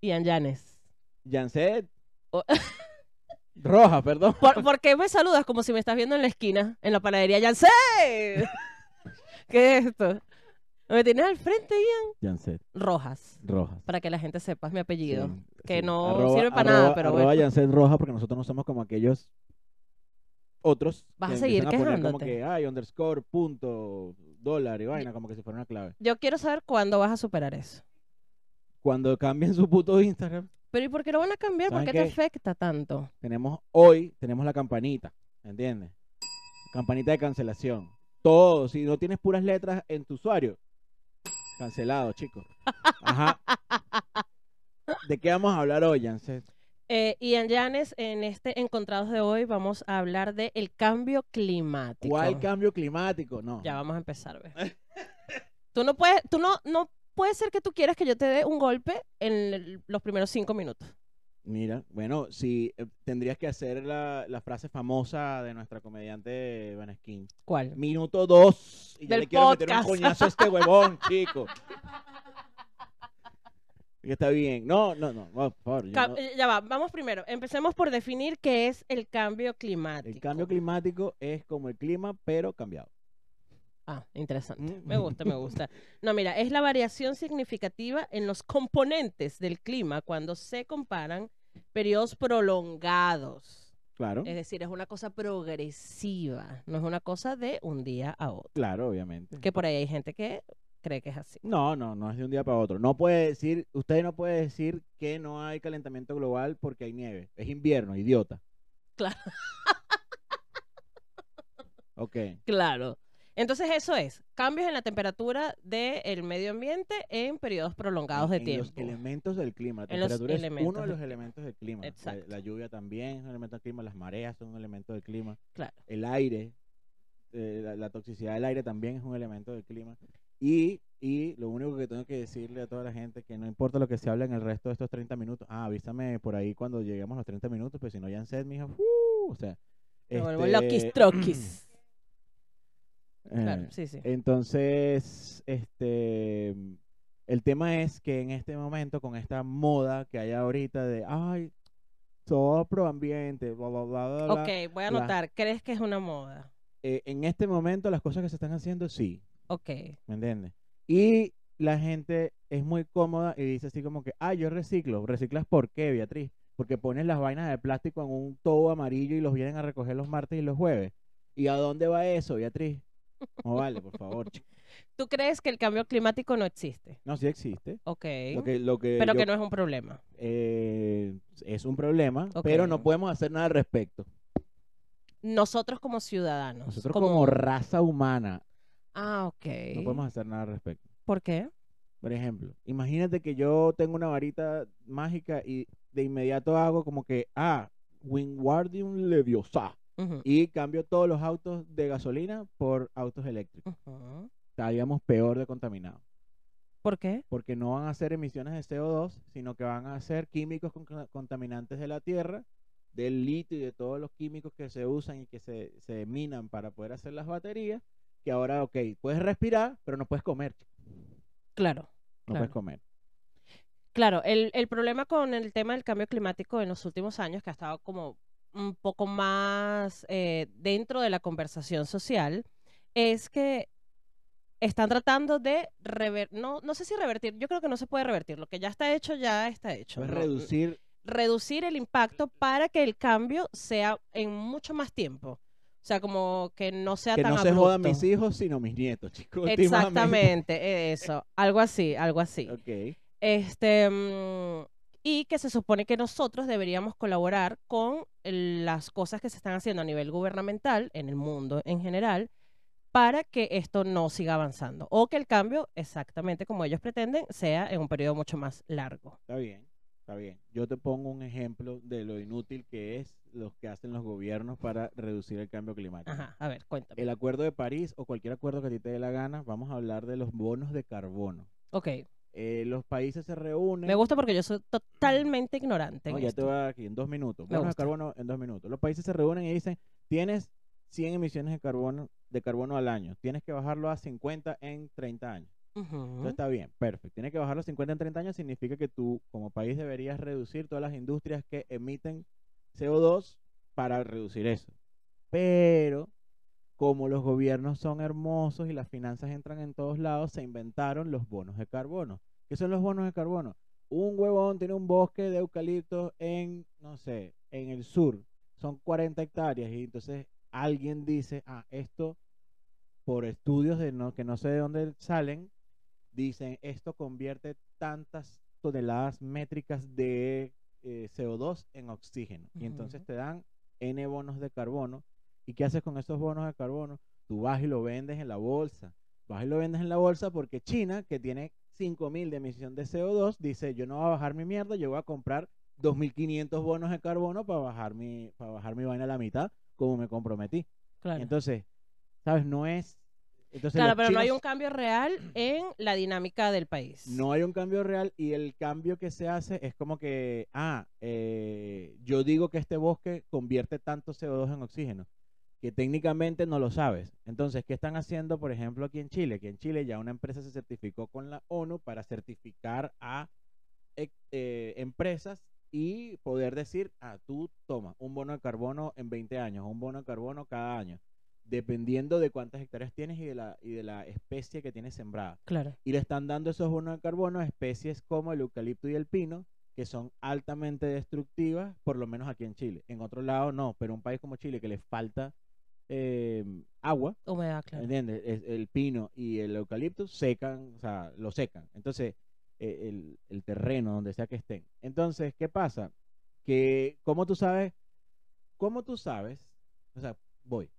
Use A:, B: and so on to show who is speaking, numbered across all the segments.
A: Ian Yanes.
B: Janset.
A: O-
B: Roja, perdón.
A: ¿Por, por qué me saludas como si me estás viendo en la esquina, en la panadería? ¡Ya sé! ¿Qué es esto? Me tienes al frente, Ian.
B: Janset.
A: Rojas,
B: Rojas.
A: para que la gente sepa, es mi
B: Sí,
A: apellido. que
B: sí.
A: no sirve para nada, pero
B: arroba
A: bueno.
B: Janset Roja, porque nosotros no somos como aquellos otros.
A: Vas a
B: que
A: seguir
B: empiezan poner Como
A: quejándote.
B: que hay underscore, punto, dólar y vaina, como que si fuera una clave.
A: Yo quiero saber cuándo vas a superar eso.
B: Cuando cambien su puto Instagram,
A: Pero ¿y por qué lo van a cambiar? ¿Por
B: ¿Saben
A: qué te
B: qué?
A: afecta tanto?
B: tenemos hoy, tenemos la campanita, ¿entiendes? Campanita de cancelación. Todo, si no tienes puras letras en tu usuario, cancelado, chicos. Ajá. ¿De qué vamos a hablar hoy, Janset?
A: Eh, Ian Yanes, en este Encontrados de hoy vamos a hablar de el cambio climático.
B: ¿Cuál cambio climático? No.
A: Ya vamos a empezar, ¿ves? tú no puedes, tú no, no puede ser que tú quieras que yo te dé un golpe en el- los primeros cinco minutos.
B: Mira, bueno, si eh, tendrías que hacer la, la frase famosa de nuestra comediante Vaneskin.
A: ¿Cuál?
B: Minuto dos. Y ya
A: Del
B: le quiero
A: podcast.
B: meter un coñazo a este huevón, chico. Que Está bien. No, no, no. no, por favor, yo
A: Ca-
B: no-
A: eh, Ya va, vamos primero. Empecemos por definir qué es el cambio climático.
B: El cambio climático es como el clima, pero cambiado.
A: Ah, interesante.
B: Mm.
A: Me gusta, me gusta. No, mira, es la variación significativa en los componentes del clima cuando se comparan periodos prolongados.
B: Claro,
A: Es decir, es una cosa progresiva, no es una cosa de un día a otro.
B: claro, obviamente.
A: Que por ahí hay gente que cree que es así.
B: No, no, no es de un día para otro. No puede decir, usted no puede decir que no hay calentamiento global porque hay nieve. Es invierno, idiota.
A: Claro.
B: Ok.
A: Claro. Entonces eso es, cambios en la temperatura del medio ambiente en periodos prolongados de
B: en
A: tiempo.
B: los elementos del clima. La
A: En los
B: temperatura es
A: elementos
B: uno de
A: del
B: los
A: clima.
B: elementos del clima. La-
A: Exacto.
B: La, lluvia también es un elemento del clima, las mareas son un elemento del clima.
A: Claro.
B: El aire, eh, la, la toxicidad del aire también es un elemento del clima. Y, y lo único que tengo que decirle a toda la gente que no importa lo que se habla en el resto de estos 30 minutos, ah, avísame por ahí cuando lleguemos a los 30 minutos, pues si no, ya en sed, mija, ¡uh! o sea.
A: Me vuelvo
B: este,
A: loquis troquis.
B: eh,
A: Claro, sí, sí.
B: entonces, este, el tema es que en este momento, con esta moda que hay ahorita de, ay, todo proambiente, bla, bla, bla, bla, bla,
A: Ok, voy a
B: la-
A: anotar, ¿crees que es una moda?
B: eh, en este momento las cosas que se están haciendo, sí,
A: Ok,
B: ¿me entiendes? Y la gente es muy cómoda y dice así como que, ay, yo reciclo, ¿reciclas por qué, Beatriz? Porque pones las vainas de plástico en un tobo amarillo y los vienen a recoger los martes y los jueves. ¿Y a dónde va eso, Beatriz? No vale, por favor. chico.
A: ¿tú crees que el cambio climático no existe?
B: No, sí existe.
A: Ok.
B: Lo que, lo que
A: Pero
B: yo-
A: que no es un problema.
B: eh, es un problema, pero
A: Ok.
B: no podemos hacer nada al respecto.
A: Nosotros como ciudadanos.
B: Nosotros como, raza humana
A: Ah, ok.
B: no podemos hacer nada al respecto.
A: ¿Por qué?
B: Por ejemplo, imagínate que yo tengo una varita mágica y de inmediato hago como que, ah, Wingardium Leviosa
A: Ujú,
B: y cambio todos los autos de gasolina por autos eléctricos.
A: ujú.
B: Estaríamos peor de contaminados.
A: ¿Por qué?
B: porque no van a hacer emisiones de CO2, sino que van a hacer químicos con- con- contaminantes de la tierra, del litio y de todos los químicos que se usan y que se, se minan para poder hacer las baterías, que ahora, ok, puedes respirar, pero no puedes comer, chico,
A: Claro.
B: no
A: Claro.
B: puedes comer.
A: Claro, el, el problema con el tema del cambio climático en los últimos años, que ha estado como un poco más eh, dentro de la conversación social, es que están tratando de rever, no, no sé si revertir, yo creo que no se puede revertir, lo que ya está hecho ya está hecho.
B: Puedes
A: ¿no?
B: Pues reducir,
A: reducir el impacto para que el cambio sea en mucho más tiempo. O sea, como que no sea
B: que
A: tan
B: no se jodan
A: abrupto.
B: mis hijos, sino mis nietos, chicos. últimamente.
A: Exactamente, eso. Algo así, algo así.
B: Ok,
A: Este, mm, y que se supone que nosotros deberíamos colaborar con el- las cosas que se están haciendo a nivel gubernamental, en el mundo en general, para que esto no siga avanzando. O que el cambio, exactamente como ellos pretenden, sea en un periodo mucho más largo.
B: está bien, está bien. Yo te pongo un ejemplo de lo inútil que es los que hacen los gobiernos para reducir el cambio climático.
A: Ajá, a ver, cuéntame.
B: el acuerdo de París o cualquier acuerdo que a ti te dé la gana, vamos a hablar de los bonos de carbono.
A: Ok,
B: Eh, los países se reúnen.
A: me gusta porque yo soy totalmente ignorante. en
B: No, ya te
A: esto.
B: voy a dar aquí en dos minutos.
A: Me
B: Bonos de
A: gusta.
B: carbono en dos minutos. Los países se reúnen y dicen, tienes 100 emisiones de carbono, de carbono al año. Tienes que bajarlo a 50 en 30 años.
A: Ujú.
B: Entonces está bien, perfecto. Tiene que bajar los 50 en 30 años, significa que tú como país deberías reducir todas las industrias que emiten CO2 para reducir eso. Pero como los gobiernos son hermosos y las finanzas entran en todos lados, se inventaron los bonos de carbono. ¿Qué son los bonos de carbono? Un huevón tiene un bosque de eucaliptos en, no sé, en el sur. Son 40 hectáreas y entonces alguien dice, ah, esto por estudios de no, que no sé de dónde salen, dicen esto convierte tantas toneladas métricas de eh, CO2 en oxígeno. Y entonces
A: Ujú.
B: te dan N bonos de carbono. ¿Y qué haces con esos bonos de carbono? Tú vas y lo vendes en la bolsa. Vas y lo vendes en la bolsa porque China, que tiene 5.000 de emisión de CO2, dice, yo no voy a bajar mi mierda, yo voy a comprar 2.500 bonos de carbono para bajar, mi, para bajar mi vaina a la mitad, como me comprometí.
A: Claro.
B: Entonces, ¿sabes? No es... Entonces
A: Claro,
B: los
A: pero no hay
B: chinos-
A: un cambio real en la dinámica del país.
B: no hay un cambio real y el cambio que se hace es como que, ah, eh, yo digo que este bosque convierte tanto CO2 en oxígeno, que técnicamente no lo sabes. Entonces, ¿qué están haciendo, por ejemplo, aquí en Chile? Que en Chile ya una empresa se certificó con la ONU para certificar a ex- eh, empresas y poder decir, ah, tú toma un bono de carbono en 20 años, un bono de carbono cada año, dependiendo de cuántas hectáreas tienes y de la, y de la especie que tienes sembrada
A: Claro.
B: y le están dando esos bonos de carbono a especies como el eucalipto y el pino, que son altamente destructivas, por lo menos aquí en Chile. En otro lado no, pero un país como Chile que le falta eh, agua,
A: Humedad, claro.
B: ¿entiendes? Es- el pino y el eucalipto secan, o sea, lo secan. Entonces, eh, el, el terreno, donde sea que estén. Entonces, ¿qué pasa? Que, ¿cómo tú sabes? ¿Cómo tú sabes? O sea, voy.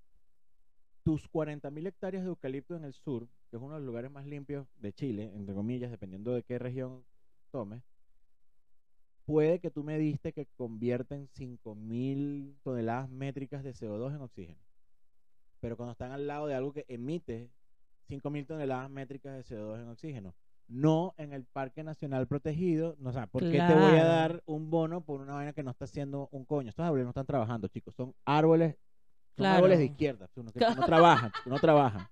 B: Tus 40.000 hectáreas de eucalipto en el sur, que es uno de los lugares más limpios de Chile, entre comillas, dependiendo de qué región tomes, puede que tú me diste que convierten 5.000 toneladas métricas de CO2 en oxígeno. Pero cuando están al lado de algo que emite 5.000 toneladas métricas de CO2 en oxígeno, no en el Parque Nacional Protegido, no, o sea, ¿por qué te voy a
A: Claro.
B: dar un bono por una vaina que no está haciendo un coño? Estos árboles no están trabajando, chicos, son árboles son árboles de
A: Claro.
B: izquierda. tú No, que no trabajan, tú no trabajan.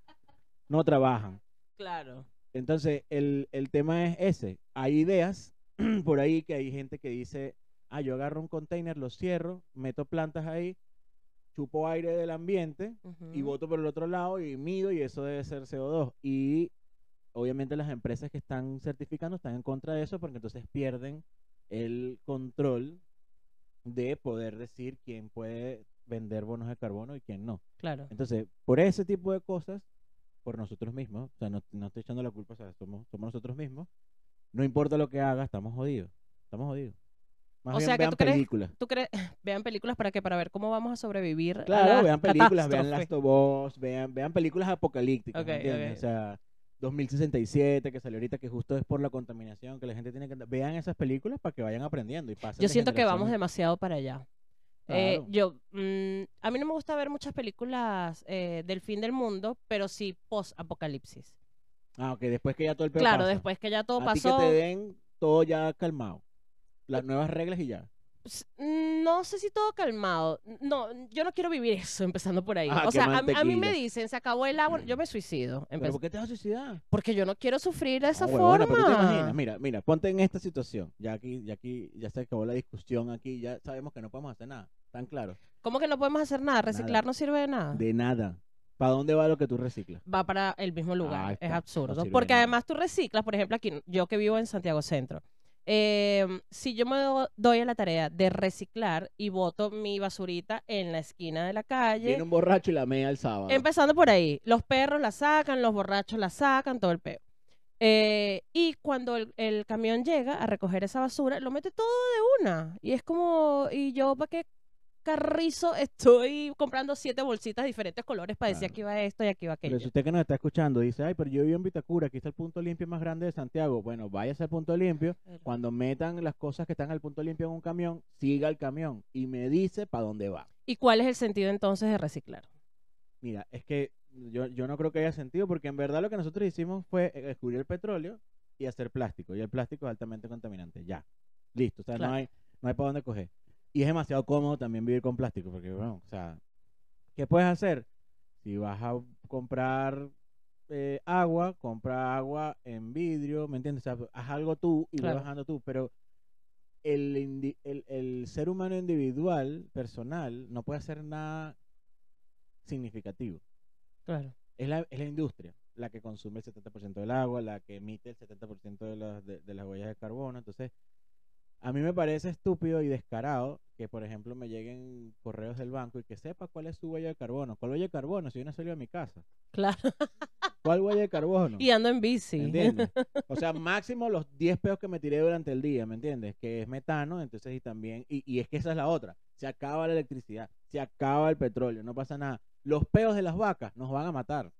B: No trabajan.
A: Claro.
B: Entonces, el, el tema es ese. Hay ideas por ahí que hay gente que dice, ah, yo agarro un container, lo cierro, meto plantas ahí, chupo aire del ambiente y
A: Ujú.
B: voto por el otro lado y mido y eso debe ser CO2. Y obviamente las empresas que están certificando están en contra de eso porque entonces pierden el control de poder decir quién puede vender bonos de carbono y quién no.
A: Claro.
B: Entonces, por ese tipo de cosas, por nosotros mismos, o sea, no, no estoy echando la culpa, o sea, somos, somos nosotros mismos, no importa lo que haga, estamos jodidos, estamos jodidos. Más
A: O
B: bien
A: sea, que
B: vean
A: tú crees-
B: películas.
A: ¿Tú crees? Vean películas para que para ver cómo vamos a sobrevivir. a
B: Claro,
A: la
B: vean películas,
A: catástrofe.
B: vean Last of Us, vean, vean películas apocalípticas,
A: Ok,
B: ¿me entiendes?
A: ok.
B: O sea, 2067, que salió ahorita, que justo es por la contaminación, que la gente tiene que... andar- Vean esas películas para que vayan aprendiendo y pasen
A: Yo
B: de
A: siento que vamos
B: generación
A: demasiado para allá.
B: en-
A: Eh,
B: Claro.
A: yo, mm, a mí no me gusta ver muchas películas eh, del fin del mundo, pero sí post-apocalipsis.
B: Ah, ok, después que ya todo el peor
A: Claro,
B: pasa.
A: después que ya todo
B: A ti que
A: pasó,
B: te den todo ya calmado. Las nuevas reglas y
A: Em,
B: ya.
A: s- no sé si todo calmado. No, yo no quiero vivir eso, empezando por ahí.
B: Ah,
A: o
B: qué
A: sea, a, mí- a mí me
B: mantequilla.
A: dicen, se acabó el agua, yo me suicido.
B: ¿Pero
A: empe-
B: por qué te vas a suicidar?
A: Porque yo no quiero sufrir de esa
B: No, Ah, huevona,
A: forma.
B: pero tú te imaginas, mira, mira, ponte en esta situación. Ya aquí, ya aquí, ya se acabó la discusión aquí, ya sabemos que no podemos hacer nada. Tan claro.
A: ¿Cómo que no podemos hacer nada? Reciclar no sirve de nada.
B: De nada. ¿Para dónde va lo que tú reciclas?
A: va para el mismo lugar.
B: Ahí
A: es
B: está, no
A: absurdo.
B: sirve de
A: porque
B: nada.
A: además tú reciclas, por ejemplo, aquí, yo que vivo en Santiago Centro, eh, si yo me do- doy a la tarea de reciclar y boto mi basurita en la esquina de la calle,
B: Viene un borracho y la mea el sábado.
A: empezando por ahí, los perros la sacan, los borrachos la sacan, todo el peo. Eh, y cuando el, el camión llega a recoger esa basura, lo mete todo de una. Y es como, ¿y yo para qué carrizo estoy comprando siete bolsitas de diferentes colores para decir
B: Claro.
A: aquí va esto y aquí va
B: Pero
A: aquello?
B: si usted que nos está escuchando dice, ay, pero yo vivo en Vitacura, aquí está el punto limpio más grande de Santiago. Bueno, váyase al punto limpio. Cuando metan las cosas que están al punto limpio en un camión, siga el camión y me dice para dónde va.
A: ¿Y cuál es el sentido entonces de reciclar?
B: Mira, es que yo, yo no creo que haya sentido porque en verdad lo que nosotros hicimos fue eh, descubrir el petróleo y hacer plástico. Y el plástico es altamente contaminante. Ya. Listo. O sea,
A: Claro.
B: no hay, no hay para dónde coger. Y es demasiado cómodo también vivir con plástico porque, bueno, o sea, ¿qué puedes hacer? Si vas a comprar eh, agua, compra agua en vidrio, ¿me entiendes? O sea, haz algo tú y
A: Claro.
B: vas bajando tú, pero el, indi- el, el ser humano individual, personal, no puede hacer nada significativo.
A: Claro.
B: Es la, es la industria la que consume el 70% del agua, la que emite el 70% de las, de, de las huellas de carbono. Entonces, a mí me parece estúpido y descarado que, por ejemplo, me lleguen correos del banco y que sepa cuál es su huella de carbono. ¿Cuál huella de carbono? Si yo no he salido de mi casa.
A: Claro.
B: ¿Cuál huella de carbono?
A: Y ando en bici.
B: ¿Entiendes? O sea, máximo los 10 peos que me tiré durante el día, ¿me entiendes? Que es metano, entonces, y también, y, y es que esa es la otra. Se acaba la electricidad, se acaba el petróleo, no pasa nada. Los peos de las vacas nos van a matar.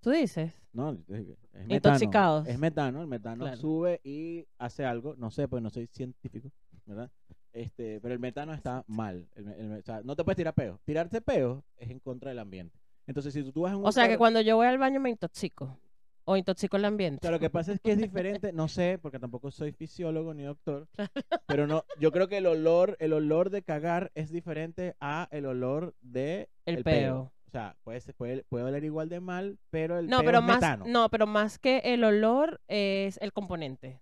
A: Tú dices.
B: No, es- es
A: Intoxicados.
B: metano. Es metano, el metano
A: Claro.
B: sube y hace algo, no sé, pues no soy científico, ¿verdad? Este, pero el metano está mal. El me- el me- o sea, no te puedes tirar peos. Tirarte peos es en contra del ambiente. Entonces, si tú, tú vas en un
A: O sea que
B: carro-
A: cuando yo voy al baño me intoxico. O intoxico el
B: O sea,
A: ambiente.
B: lo que pasa es que es diferente, no sé, porque tampoco soy fisiólogo ni doctor, pero no, yo creo que el olor, el olor de cagar es diferente a el olor de
A: El peo.
B: O sea, puede, ser- puede, puede oler igual de mal, pero el
A: No,
B: peo
A: pero
B: es
A: más,
B: metano.
A: no, pero más que el olor es el componente.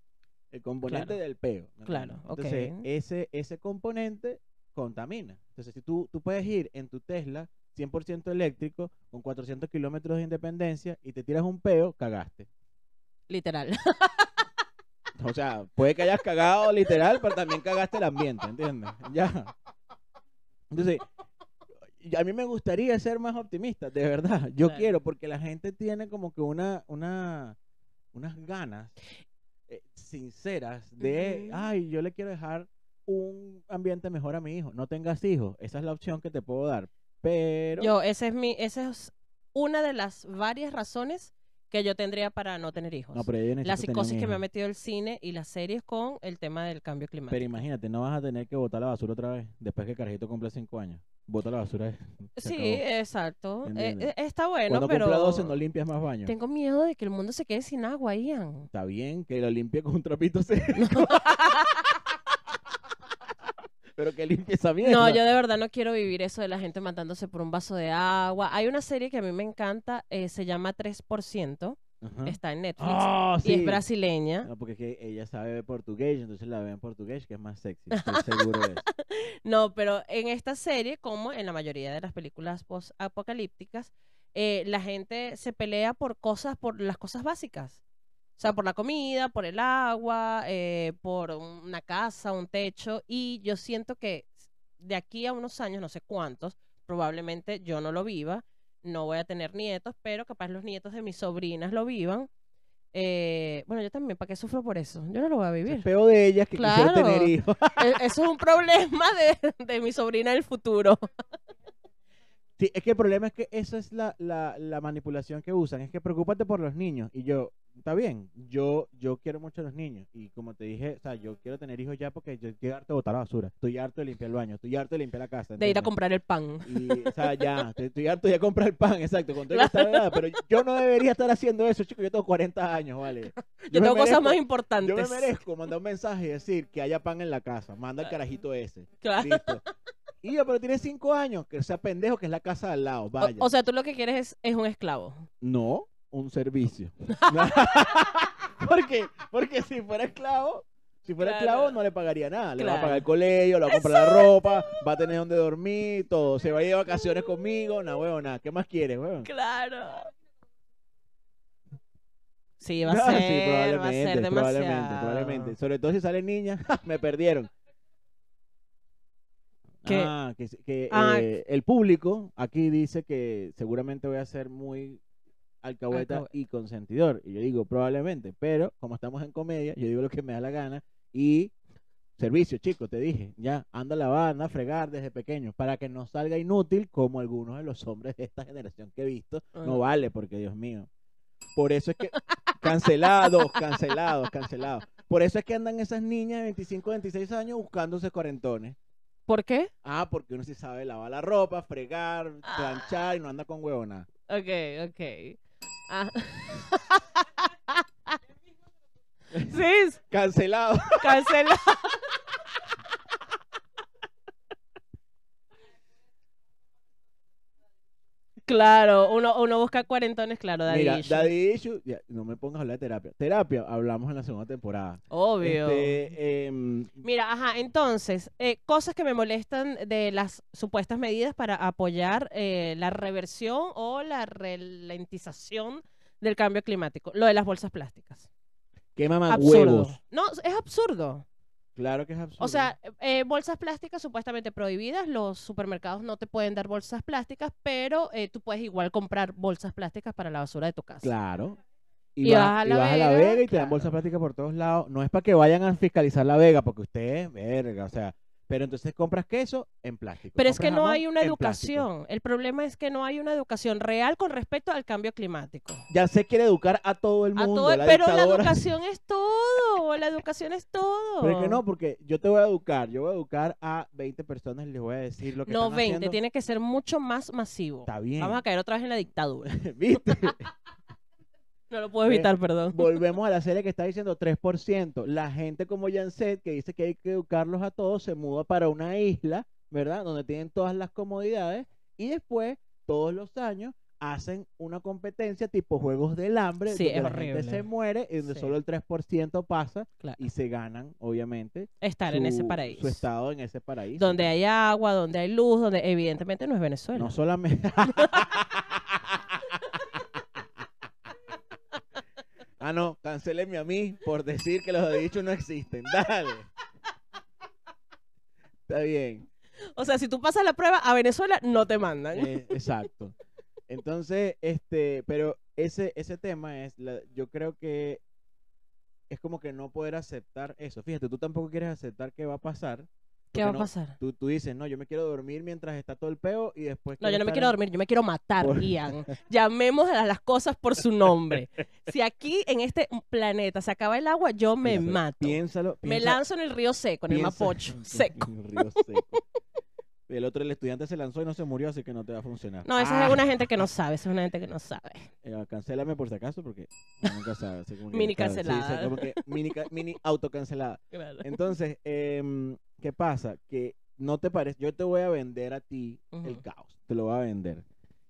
B: El componente
A: Claro.
B: del peo. ¿me
A: Claro,
B: entiendes? Entonces,
A: ok.
B: ese, ese componente contamina. Entonces, si tú, tú puedes ir en tu Tesla 100% eléctrico, con 400 kilómetros de independencia, y te tiras un peo, cagaste.
A: Literal.
B: O sea, puede que hayas cagado literal, pero también cagaste el ambiente, ¿entiendes? Ya. Entonces, y a mí me gustaría ser más optimista, de verdad. Yo
A: Claro.
B: quiero, porque la gente tiene como que una, una, unas ganas eh, sinceras de,
A: Ujú.
B: ay, yo le quiero dejar un ambiente mejor a mi hijo. No tengas hijos, esa es la opción que te puedo dar. Pero
A: Yo, esa es mi, esa es una de las varias razones que yo tendría para no tener hijos.
B: no, pero yo necesito
A: la
B: tener un
A: psicosis que me ha
B: hijo.
A: metido el cine y las series con el tema del cambio climático.
B: Pero imagínate, no vas a tener que botar la basura otra vez después que Carajito cumple cinco años. Bota la basura. se
A: sí,
B: acabó.
A: exacto. Eh,
B: ¿Entiendes?
A: eh, está bueno,
B: Cuando
A: pero
B: cumpla 12 no limpias más baño.
A: tengo miedo de que el mundo se quede sin agua, Ian.
B: Está bien que lo limpie con un trapito seco. Pero que limpie esa mierda.
A: No, yo de verdad no quiero vivir eso de la gente matándose por un vaso de agua. Hay una serie que a mí me encanta, eh, se llama 3%,
B: Ajá.
A: está en Netflix
B: ¡Ah,
A: y es
B: sí!
A: brasileña.
B: No, porque es que ella sabe portugués, entonces la ve en portugués, que es más sexy. Estoy seguro de eso.
A: No, pero en esta serie, como en la mayoría de las películas post-apocalípticas, eh, la gente se pelea por cosas, por las cosas básicas. O sea, por la comida, por el agua, eh, por una casa, un techo. Y yo siento que de aquí a unos años, no sé cuántos, probablemente yo no lo viva, no voy a tener nietos, pero capaz los nietos de mis sobrinas lo vivan. Eh, bueno, yo también, ¿para qué sufro por eso? Yo no lo voy a vivir.
B: Es peor de ella que quisiera
A: Claro.
B: tener hijos.
A: E- Eso es un problema de, de mi sobrina del futuro.
B: Sí, es que el problema es que esa es la, la, la manipulación que usan. Es que preocúpate por los niños. Y yo, está bien, yo, yo quiero mucho a los niños. Y como te dije, o sea, yo quiero tener hijos ya porque yo estoy harto de botar la basura. Estoy harto de limpiar el baño. Estoy harto de limpiar la
A: De ir a
B: casa. ¿entiendes?
A: comprar el pan.
B: Y, o sea, ya, estoy, estoy harto de comprar el pan, exacto. Con todo que está de nada, pero yo no debería estar haciendo eso, chico. Yo tengo 40 años, ¿vale?
A: Yo,
B: me
A: tengo cosas más
B: merezco- Yo me
A: importantes. Ah.
B: merezco mandar un mensaje y decir que haya pan en la casa. Manda el carajito ese.
A: Claro.
B: Listo. Y yo, pero tiene 5 años, que sea pendejo, que es la casa al lado.
A: O-
B: Vaya.
A: O, sea, tú lo que quieres es, es un esclavo.
B: No, un servicio. ¿Por qué? Porque si fuera esclavo, si fuera
A: Claro.
B: esclavo no le pagaría nada. Le va a
A: Claro.
B: pagar el colegio, le va a comprar la ropa, va a tener donde dormir, todo. Se va a ir de vacaciones conmigo, nada, huevón, nada. ¿Qué más quieres, huevón?
A: Claro. Sí, va a
B: Ah,
A: ser,
B: sí,
A: va a ser demasiado.
B: probablemente, probablemente. Sobre todo si salen niñas, me perdieron.
A: ¿Qué?
B: Ah, que, se- que,
A: Ah,
B: eh, el público aquí dice que seguramente voy a ser muy alcahueta
A: Alcahueta.
B: y consentidor. Y yo digo, probablemente, pero como estamos en comedia, yo digo lo que me da la gana y servicio, chico, te dije, ya, anda a lavar, anda a fregar desde pequeño, para que no salga inútil como algunos de los hombres de esta generación que he visto. No
A: Ah.
B: vale, porque Dios mío. Por eso es que. Cancelados, cancelados, cancelados. Por eso es que andan esas niñas de 25, 26 años buscándose cuarentones.
A: ¿Por qué?
B: Ah, porque uno sí sabe lavar la ropa, fregar,
A: Ah.
B: planchar y no anda con huevona.
A: Ok, ok. Ah. sí,
B: Cancelado.
A: cancela. Claro, uno, uno busca cuarentones, claro, Daddy
B: Mira,
A: issues.
B: Daddy Issue, ya, no me pongas a hablar de terapia. Terapia, hablamos en la segunda temporada.
A: Obvio.
B: Este, em,
A: Mira, ajá, entonces, eh, cosas que me molestan de las supuestas medidas para apoyar eh, la reversión o la ralentización del cambio climático. Lo de las bolsas plásticas.
B: qué mamá
A: Absurdo.
B: Ah, huevos.
A: No, es absurdo.
B: Claro que es absurdo.
A: O sea, eh, bolsas plásticas supuestamente prohibidas, los supermercados no te pueden dar bolsas plásticas, pero eh, tú puedes igual comprar bolsas plásticas para la basura de tu casa.
B: Claro.
A: Y
B: va-
A: vas a la
B: vas a la
A: vega,
B: vega y te dan bolsas
A: claro.
B: plásticas por todos lados. No es para que vayan a fiscalizar la vega, porque ustedes, verga, o sea. Pero entonces compras queso en plástico.
A: Pero es que
B: compras
A: no
B: jamón
A: hay una
B: en plástico.
A: educación. El problema es que no hay una educación real con respecto al cambio climático.
B: Ya se quiere educar a todo el
A: A
B: mundo.
A: todo-
B: la
A: pero la
B: dictadora.
A: educación es todo, la educación es todo.
B: Pero es que no, porque yo te voy a educar. Yo voy a educar a 20 personas y les voy a decir lo que
A: No,
B: están
A: 20,
B: haciendo.
A: tiene que ser mucho más masivo.
B: Está bien.
A: Vamos a caer otra vez en la dictadura.
B: ¿Viste?
A: No lo puedo
B: Ve,
A: evitar, perdón.
B: Volvemos a la serie que está diciendo 3%. La gente como Janset, que dice que hay que educarlos a todos, se muda para una isla, ¿verdad? Donde tienen todas las comodidades y después, todos los años, hacen una competencia tipo Juegos del Hambre,
A: Sí,
B: donde
A: es
B: la
A: horrible.
B: gente se muere y donde
A: Sí.
B: solo el 3% pasa
A: Claro.
B: y se ganan, obviamente,
A: Estar en ese
B: su-
A: paraíso.
B: su estado en ese paraíso.
A: Donde hay agua, donde hay luz, donde evidentemente no es Venezuela.
B: No solamente. ah, no, cancéleme a mí por decir que los dichos no existen. Dale. Está bien.
A: O sea, si tú pasas la prueba a Venezuela, no te mandan.
B: eh, exacto. Entonces, este, pero ese, ese tema es, la- yo creo que es como que no poder aceptar eso. Fíjate, tú tampoco quieres aceptar qué va a pasar.
A: ¿Qué va
B: porque
A: a
B: no-
A: pasar?
B: Tú, tú dices, no, yo me quiero dormir mientras está todo el peo y después...
A: No, yo no me
B: estar
A: quiero
B: en-
A: dormir, yo me quiero matar,
B: Por-
A: Ian. Llamemos a las cosas por su nombre. Si aquí en este planeta se acaba el agua, yo me
B: Mira, pero
A: mato.
B: Piénsalo,
A: Me
B: piensa-
A: lanzo en el río seco, en el
B: piensa-
A: mapocho seco.
B: En el río seco. El otro, el estudiante se lanzó y no se murió, así que no te va a funcionar.
A: No, esa
B: Ah,
A: es una gente que no sabe, esa es una gente que no sabe.
B: eh, cancélame por si acaso, porque uno nunca sabe. así como que
A: Mini
B: está- sí, sí,
A: cancelada.
B: como que mini, ca- mini autocancelada. Entonces, em, ¿qué pasa? Que no te parece. Yo te voy a vender a ti el
A: Ujú.
B: caos. Te lo voy a vender.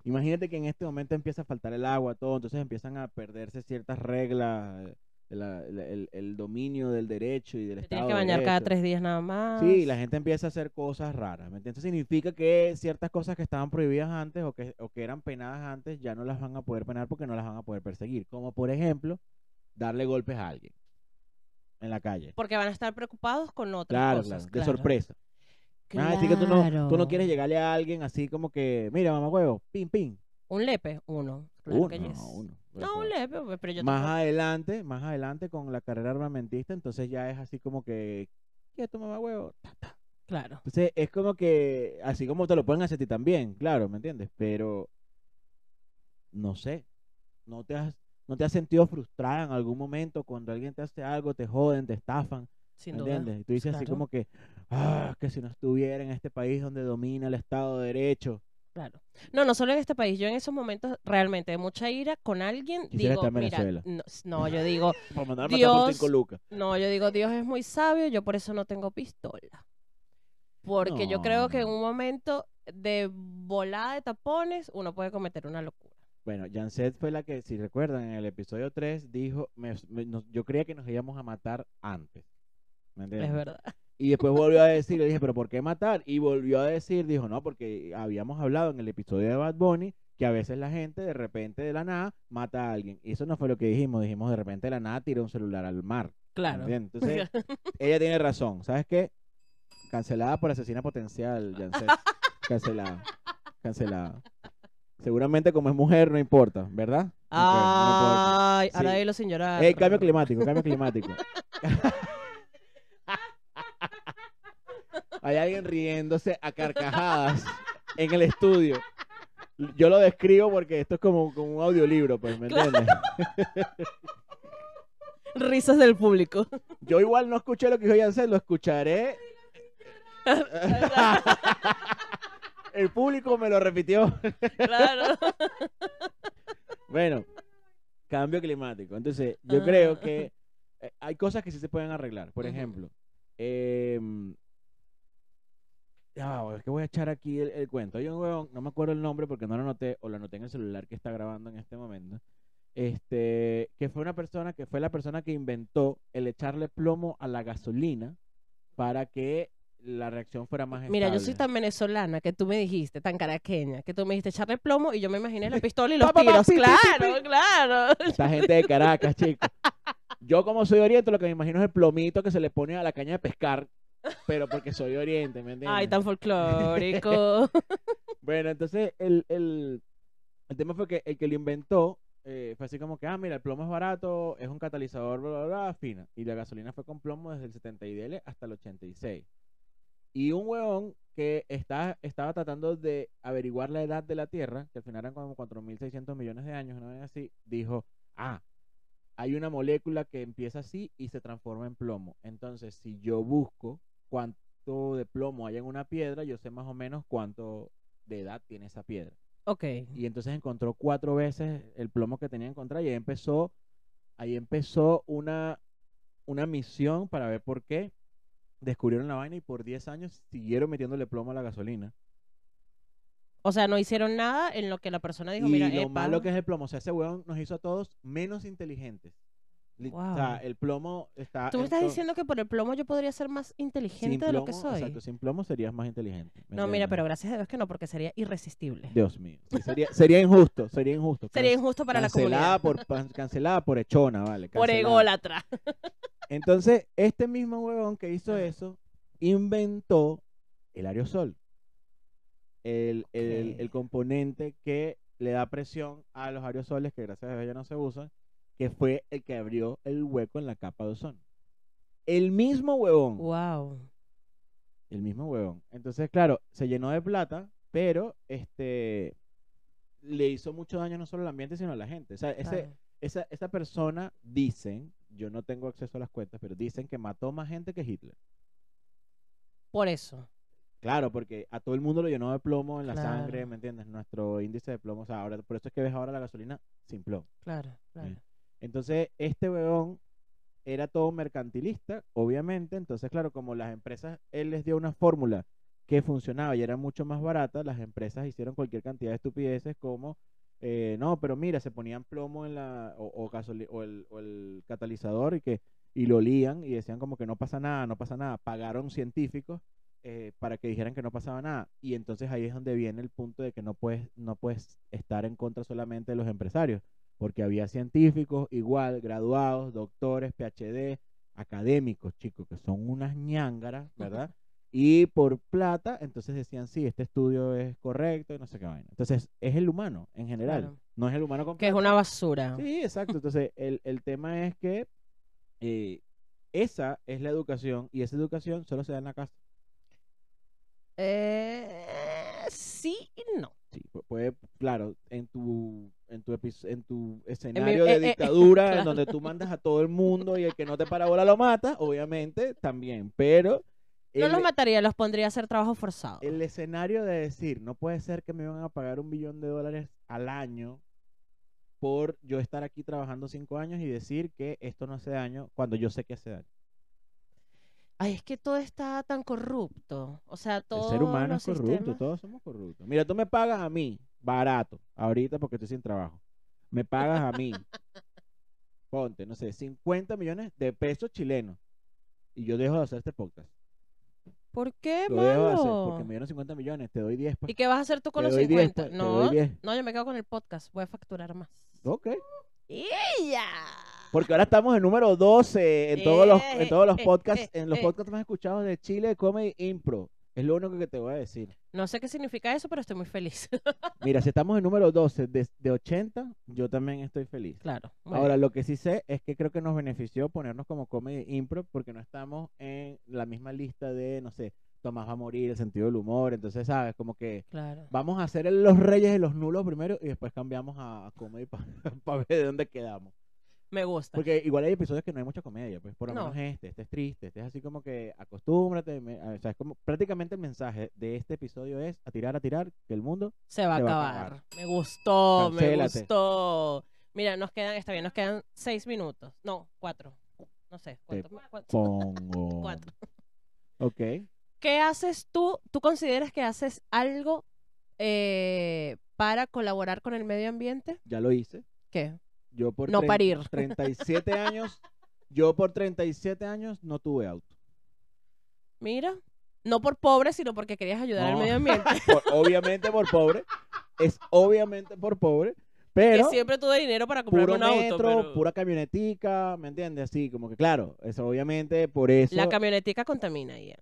B: Imagínate que en este momento empieza a faltar el agua, todo. Entonces empiezan a perderse ciertas reglas, eh, la- la- el, el dominio del derecho y del
A: Te
B: Estado.
A: tienes que
B: de
A: bañar cada
B: Derecho.
A: tres días nada más.
B: Sí, la gente empieza a hacer cosas raras, ¿me entiendes? Significa que ciertas cosas que estaban prohibidas antes o que, o que eran penadas antes ya no las van a poder penar porque no las van a poder perseguir. Como por ejemplo, darle golpes a alguien en la calle.
A: Porque van a estar preocupados con otras
B: Claro,
A: cosas.
B: claro, de sorpresa. Me vas a decir que tú no, tú no quieres llegarle a alguien así como que, mira, mamá huevo, pim, pim.
A: Un lepe, uno. claro
B: uno,
A: que yes.
B: no, uno.
A: No, un lepe, pues, pero yo
B: más
A: tampoco-
B: adelante, más adelante con la carrera armamentista, entonces ya es así como que, quieto, mamá huevo,
A: Claro.
B: Entonces es como que, así como te lo pueden hacer a ti también, claro, ¿me entiendes? Pero, no sé, ¿no te has, no te has sentido frustrada en algún momento cuando alguien te hace algo, te joden, te estafan,
A: Sin
B: ¿me
A: duda.
B: entiendes? Y tú dices así
A: Claro.
B: como que, ah, que si no estuviera en este país donde domina el Estado de Derecho,
A: Claro. No, no solo en este país. Yo en esos momentos realmente de mucha ira con alguien
B: Quisiera
A: digo,
B: estar en
A: mira,
B: Venezuela".
A: no, no, yo digo,
B: para mandar a matar por
A: Dios.
B: cinco lucas.
A: no, yo digo, Dios es muy sabio, yo por eso no tengo pistola. Porque yo creo que en
B: No.
A: un momento de volada de tapones uno puede cometer una locura.
B: Bueno, Janset fue la que, si recuerdan, en el episodio 3 dijo, "Me- me- nos- yo creía que nos íbamos a matar antes. ¿Me entiendes?
A: Es verdad.
B: Y después volvió a decir, le dije, pero ¿por qué matar? Y volvió a decir, dijo, no, porque habíamos hablado en el episodio de Bad Bunny que a veces la gente de repente de la nada mata a alguien. Y eso no fue lo que dijimos, dijimos de repente de la nada tira un celular al mar.
A: Claro.
B: ¿entiendes? Entonces, ella tiene razón, ¿sabes qué? Cancelada por asesina potencial, Janset. Cancelada, cancelada. Seguramente como es mujer no importa, ¿verdad? Ok, no importa.
A: Ay,
B: Sí.
A: ahora dilo sin llorar.
B: Eh, cambio climático, cambio climático. Hay alguien riéndose a carcajadas en el estudio. Yo lo describo porque esto es como, como un audiolibro, pues, ¿me
A: Claro.
B: entiendes?
A: Risas del público.
B: Yo igual no escuché lo que dijo Janssen, lo escucharé. El público me lo repitió.
A: claro.
B: Bueno, cambio climático. Entonces, yo
A: Ah.
B: creo que eh, hay cosas que sí se pueden arreglar. Por
A: Ujú.
B: ejemplo, em, ya va, es que voy a echar aquí el, el cuento. Hay un huevón, no me acuerdo el nombre porque no lo anoté o lo anoté en el celular que está grabando en este momento. Este, que fue una persona que fue la persona que inventó el echarle plomo a la gasolina para que la reacción fuera más
A: Mira, yo
B: estable.
A: soy tan venezolana que tú me dijiste, tan caraqueña, que tú me dijiste echarle plomo y yo me imaginé la pistola y los
B: Pa, pa, pa,
A: tiros.
B: pi, pi, pi,
A: claro, claro.
B: Esta gente de Caracas, chicos. Yo como soy de Oriente, lo que me imagino es el plomito que se le pone a la caña de pescar, pero porque soy de Oriente, ¿me entiendes?
A: Ay, tan folclórico.
B: Bueno, entonces el, el, el tema fue que el que lo inventó eh, fue así como que, ah, mira, el plomo es barato, es un catalizador, bla, bla, bla, fina. Y la gasolina fue con plomo desde el 70 y DL hasta el 86. Y un huevón que está, estaba tratando de averiguar la edad de la Tierra, que al final eran como 4.600 millones de años, una vez así, dijo, ah, hay una molécula que empieza así y se transforma en plomo. Entonces, si yo busco cuánto de plomo hay en una piedra, yo sé más o menos cuánto de edad tiene esa piedra.
A: ok.
B: Y entonces encontró cuatro veces el plomo que tenía que encontrar y ahí empezó, ahí empezó una, una misión para ver por qué descubrieron la vaina y por 10 años siguieron metiéndole plomo a la gasolina.
A: O sea, no hicieron nada en lo que la persona dijo,
B: y
A: mira,
B: lo
A: epa,
B: malo que es el plomo, o sea, ese huevón nos hizo a todos menos inteligentes. Li- O
A: Wow.
B: sea, el plomo está...
A: tú me
B: en
A: estás
B: to-
A: diciendo que por el plomo yo podría ser más inteligente
B: Ah, sin
A: de lo que
B: plomo,
A: soy.
B: Exacto, sin plomo serías más inteligente. ¿me
A: No, mira, pero
B: entiendes?
A: gracias a Dios que no, porque sería irresistible.
B: Dios mío. sí, sería, sería injusto, sería injusto.
A: Sería
B: can-
A: injusto para la
B: cancelada
A: comunidad.
B: por pan- Cancelada por echona, vale.
A: Por
B: cancelada.
A: ególatra.
B: Entonces, este mismo huevón que hizo
A: Ajá.
B: eso inventó el aerosol. El, el-
A: Ok.
B: el componente que le da presión a los aerosoles, que gracias a Dios ya no se usan, que fue el que abrió el hueco en la capa de ozono. El mismo huevón.
A: Wow.
B: El mismo huevón. Entonces, claro, se llenó de plata, pero este le hizo mucho daño no solo al ambiente, sino a la gente. O sea, ese, esa, esa persona dicen, yo no tengo acceso a las cuentas, pero dicen que mató más gente que Hitler.
A: Por eso.
B: Claro, porque a todo el mundo lo llenó de plomo en la
A: Claro.
B: sangre, ¿me entiendes? Nuestro índice de plomo, o sea, ahora, por eso es que ves ahora la gasolina sin plomo.
A: Claro, claro.
B: Entonces, este weón era todo mercantilista, obviamente. Entonces, claro, como las empresas, él les dio una fórmula que funcionaba y era mucho más barata, las empresas hicieron cualquier cantidad de estupideces como, eh, no, pero mira, se ponían plomo en la, o, o gasoli- o el, o el catalizador y que y lo olían y decían como que no pasa nada, no pasa nada. Pagaron científicos eh, para que dijeran que no pasaba nada. Y entonces ahí es donde viene el punto de que no puedes, no puedes estar en contra solamente de los empresarios, porque había científicos igual, graduados, doctores, PhD, académicos, chicos, que son unas ñángaras, ¿verdad? Y por plata, entonces decían, sí, este estudio es correcto y no sé qué vaina. Entonces, es el humano en general,
A: Claro.
B: no es el humano con
A: Que es
B: plata.
A: una basura.
B: Sí, exacto. Entonces, el, el tema es que eh, esa es la educación y esa educación solo se da en la casa.
A: Eh, sí y no.
B: Sí, pu- puede, claro, en tu, en tu, epi- en tu
A: mi-
B: escenario de
A: eh, eh,
B: dictadura, en
A: claro.
B: donde tú mandas a todo el mundo y el que no te para bola lo mata, obviamente, también. Pero
A: No
B: el,
A: los mataría, los pondría a hacer trabajo forzado.
B: el escenario de decir, no puede ser que me van a pagar un billón de dólares al año por yo estar aquí trabajando cinco años y decir que esto no hace daño cuando yo sé que hace daño.
A: Ay, es que todo está tan corrupto. O sea, todo.
B: El ser humano es corrupto, todos somos corruptos. Mira, tú me pagas a mí, barato, ahorita porque estoy sin trabajo. Me pagas a mí, ponte, no sé, 50 millones de pesos chilenos. Y yo dejo de hacer este podcast.
A: ¿Por qué,
B: Lo dejo de hacer
A: mano?
B: porque me dieron 50 millones, te doy 10 pues.
A: ¿Y qué vas a hacer tú con
B: te
A: los
B: doy 10,
A: 50?
B: pues, te
A: no,
B: doy 10.
A: no, yo me quedo con el podcast. Voy a facturar más.
B: Ok.
A: ¡Ella!
B: Porque ahora estamos en número 12 en todos los,
A: Eh,
B: en todos los
A: eh,
B: podcasts,
A: eh,
B: en los
A: eh.
B: podcasts más escuchados de Chile, de Comedy Impro. Es lo único que te voy a decir.
A: No sé qué significa eso, pero estoy muy feliz.
B: Mira, si estamos en número 12 de, de 80, yo también estoy feliz.
A: claro. muy
B: Ahora, lo que sí sé es que creo que nos benefició ponernos como comedy improv porque no estamos en la misma lista de, no sé, Tomás va a morir, el sentido del humor. Entonces, ¿sabes? Como que
A: bien, Claro.
B: vamos a hacer el los reyes de los nulos primero y después cambiamos a, a comedy para ver de dónde quedamos.
A: Me gusta.
B: Porque igual hay episodios que no hay mucha comedia, pues por lo
A: No.
B: menos este, este es triste, este es así como que acostúmbrate. me- o sea, es como prácticamente el mensaje de este episodio es a tirar, a tirar, que el mundo
A: se va a
B: se va a
A: acabar. Me gustó,
B: Cancélate.
A: me gustó. Mira, nos quedan, está bien, nos quedan seis minutos. No, cuatro. No sé. ¿cuánto- cuánto?
B: pongo.
A: Cuatro.
B: Ok.
A: ¿Qué haces tú? ¿Tú consideras que haces algo eh, para colaborar con el medio ambiente?
B: Ya lo hice.
A: ¿Qué?
B: Yo por
A: No
B: trein-
A: parir.
B: 37 años, yo por 37 años no tuve auto.
A: Mira, no por pobre, sino porque querías ayudar al
B: No.
A: medio ambiente.
B: Por- obviamente por pobre. Es obviamente por pobre. Pero
A: que siempre tuve dinero para comprar
B: puro
A: un auto.
B: metro,
A: pero
B: pura camionetica, ¿me entiendes? Así como que claro, eso obviamente por eso.
A: La camionetica contamina. Ian.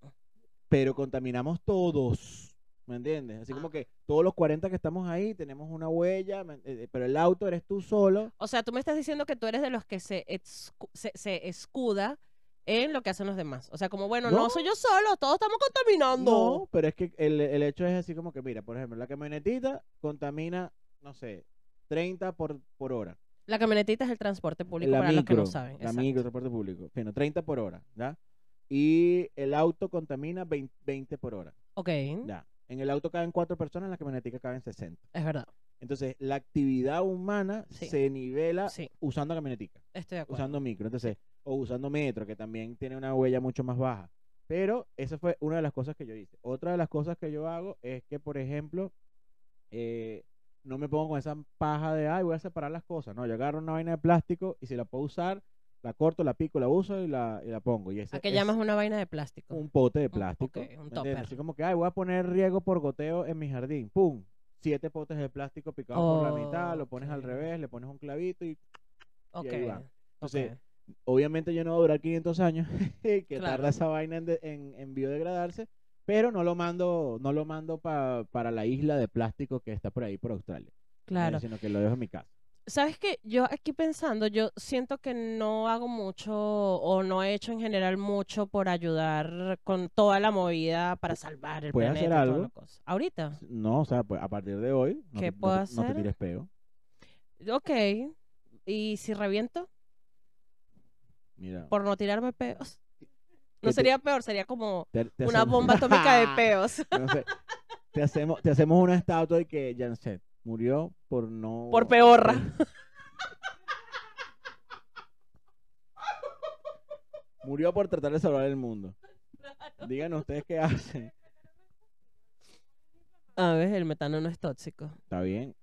B: pero contaminamos todos. ¿Me entiendes? Así
A: Ah.
B: como que todos los 40 que estamos ahí tenemos una huella, ¿me- eh, pero el auto eres tú solo.
A: O sea, tú me estás diciendo que tú eres de los que se, excu- se, se escuda en lo que hacen los demás. O sea, como, bueno, no,
B: No.
A: soy yo solo, todos estamos contaminando.
B: No, pero es que el, el hecho es así como que, mira, por ejemplo, la camionetita contamina, no sé, 30 por, por hora.
A: La camionetita es el transporte público
B: la
A: para
B: micro,
A: los que no saben.
B: la
A: exacto.
B: micro, transporte público. Bueno, 30 por hora, ¿ya? Y el auto contamina 20, 20 por hora,
A: Ok,
B: ¿ya? En el auto caben 4 personas, en la camionetica caben 60.
A: es verdad.
B: Entonces, la actividad humana
A: Sí.
B: se nivela
A: Sí,
B: usando camionetica.
A: estoy de acuerdo.
B: usando micro, entonces, o usando metro, que también tiene una huella mucho más baja. Pero esa fue una de las cosas que yo hice. Otra de las cosas que yo hago es que, por ejemplo, eh, no me pongo con esa paja de, ay, voy a separar las cosas. No, yo agarro una vaina de plástico y si la puedo usar, la corto, la pico, la uso y la, y la pongo. Y ese
A: ¿A qué
B: es
A: llamas una vaina de plástico?
B: un pote de
A: ok,
B: plástico.
A: un
B: ¿me entiendes?
A: tupper.
B: Así como que, ay, voy a poner riego por goteo en mi jardín. ¡Pum! Siete potes de plástico picados por la mitad, lo pones al
A: Ok.
B: revés, le pones un clavito y
A: Ok,
B: ahí va.
A: ok.
B: Entonces, Obviamente yo no voy a durar 500 años, que
A: Claro.
B: tarda esa vaina en, de- en- en biodegradarse, pero no lo mando, no lo mando pa- para la isla de plástico que está por ahí por Australia, eh,
A: claro.
B: sino que lo dejo en mi casa.
A: ¿Sabes qué? Yo aquí pensando, yo siento que no hago mucho o no he hecho en general mucho por ayudar con toda la movida para salvar el
B: ¿Puedes
A: planeta. y
B: hacer
A: toda
B: algo?
A: la cosa. Ahorita.
B: No, o sea, pues a partir de hoy no,
A: ¿Qué
B: te, no
A: puedo
B: te- no te
A: hacer?
B: tires peo.
A: Ok. ¿Y si reviento
B: Mira,
A: por no tirarme peos?
B: Que
A: No
B: te-
A: sería peor, sería como
B: te- te
A: una
B: hacemos-
A: bomba atómica de peos.
B: No sé, te hacemos, te hacemos una estatua de que Janset murió por no
A: Por peorra.
B: Murió por tratar de salvar el mundo. Díganos ustedes qué hacen.
A: A ver, el metano no es tóxico.
B: Está bien.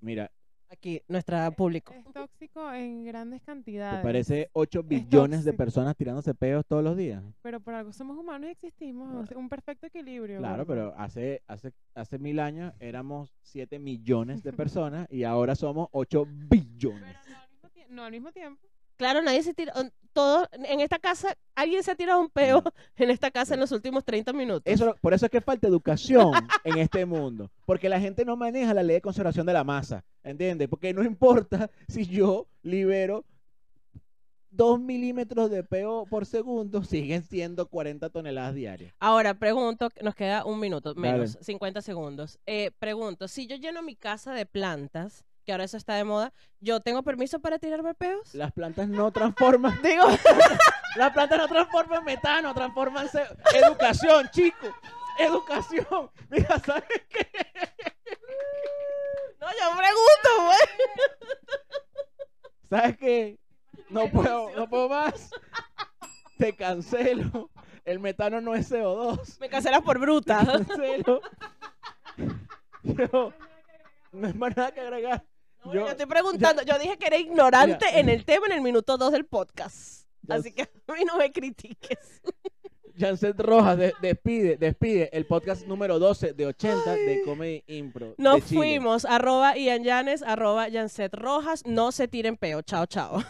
B: Mira,
A: Aquí, nuestra público.
C: Es tóxico en grandes
B: ¿te
C: cantidades.
B: parece 8 billones de
C: tóxico.
B: personas tirándose pedos todos los días?
C: Pero por algo somos humanos y existimos. o sea, Un perfecto equilibrio.
B: Claro,
C: gordo.
B: pero hace, hace, hace mil años éramos 7 millones de personas y ahora somos 8 billones.
C: Pero no al mismo tie- no al mismo tiempo.
A: Claro, nadie se tira. Todo, en esta casa, alguien se ha tirado un peo
B: No.
A: en esta casa en los últimos 30 minutos.
B: Mm. Eso, por eso es que falta educación en este mundo, porque la gente no maneja la ley de conservación de la masa, ¿entiendes? Porque no importa si yo libero 2 milímetros de peo por segundo, siguen siendo 40 toneladas diarias.
A: Ahora, pregunto, nos queda un minuto,
B: Dale.
A: menos, 50 segundos. Eh, pregunto, si yo lleno mi casa de plantas, que ahora eso está de moda, ¿yo tengo permiso para tirarme peos?
B: Las plantas no transforman
A: Digo,
B: Las plantas no transforman metano, transforman CO. Educación, chicos. Educación. Mira, ¿sabes qué?
A: no, yo pregunto, pues. güey.
B: ¿Sabes qué? No puedo, no puedo más. Te cancelo. El metano no es CO2.
A: Me cancelas por bruta.
B: Te cancelo. Yo, no es más nada que agregar.
A: No,
B: Yo-
A: yo estoy preguntando, yo dije que era ignorante en el tema en el minuto 2 del podcast.
B: Ya
A: Así que a mí no me critiques.
B: Janset Rojas de- despide, despide el podcast número 12 de 80 de Comedy Impro.
A: Nos
B: de Chile.
A: fuimos, arroba Ian Yanes, arroba Janset Rojas, no se tiren peo, chao, chao.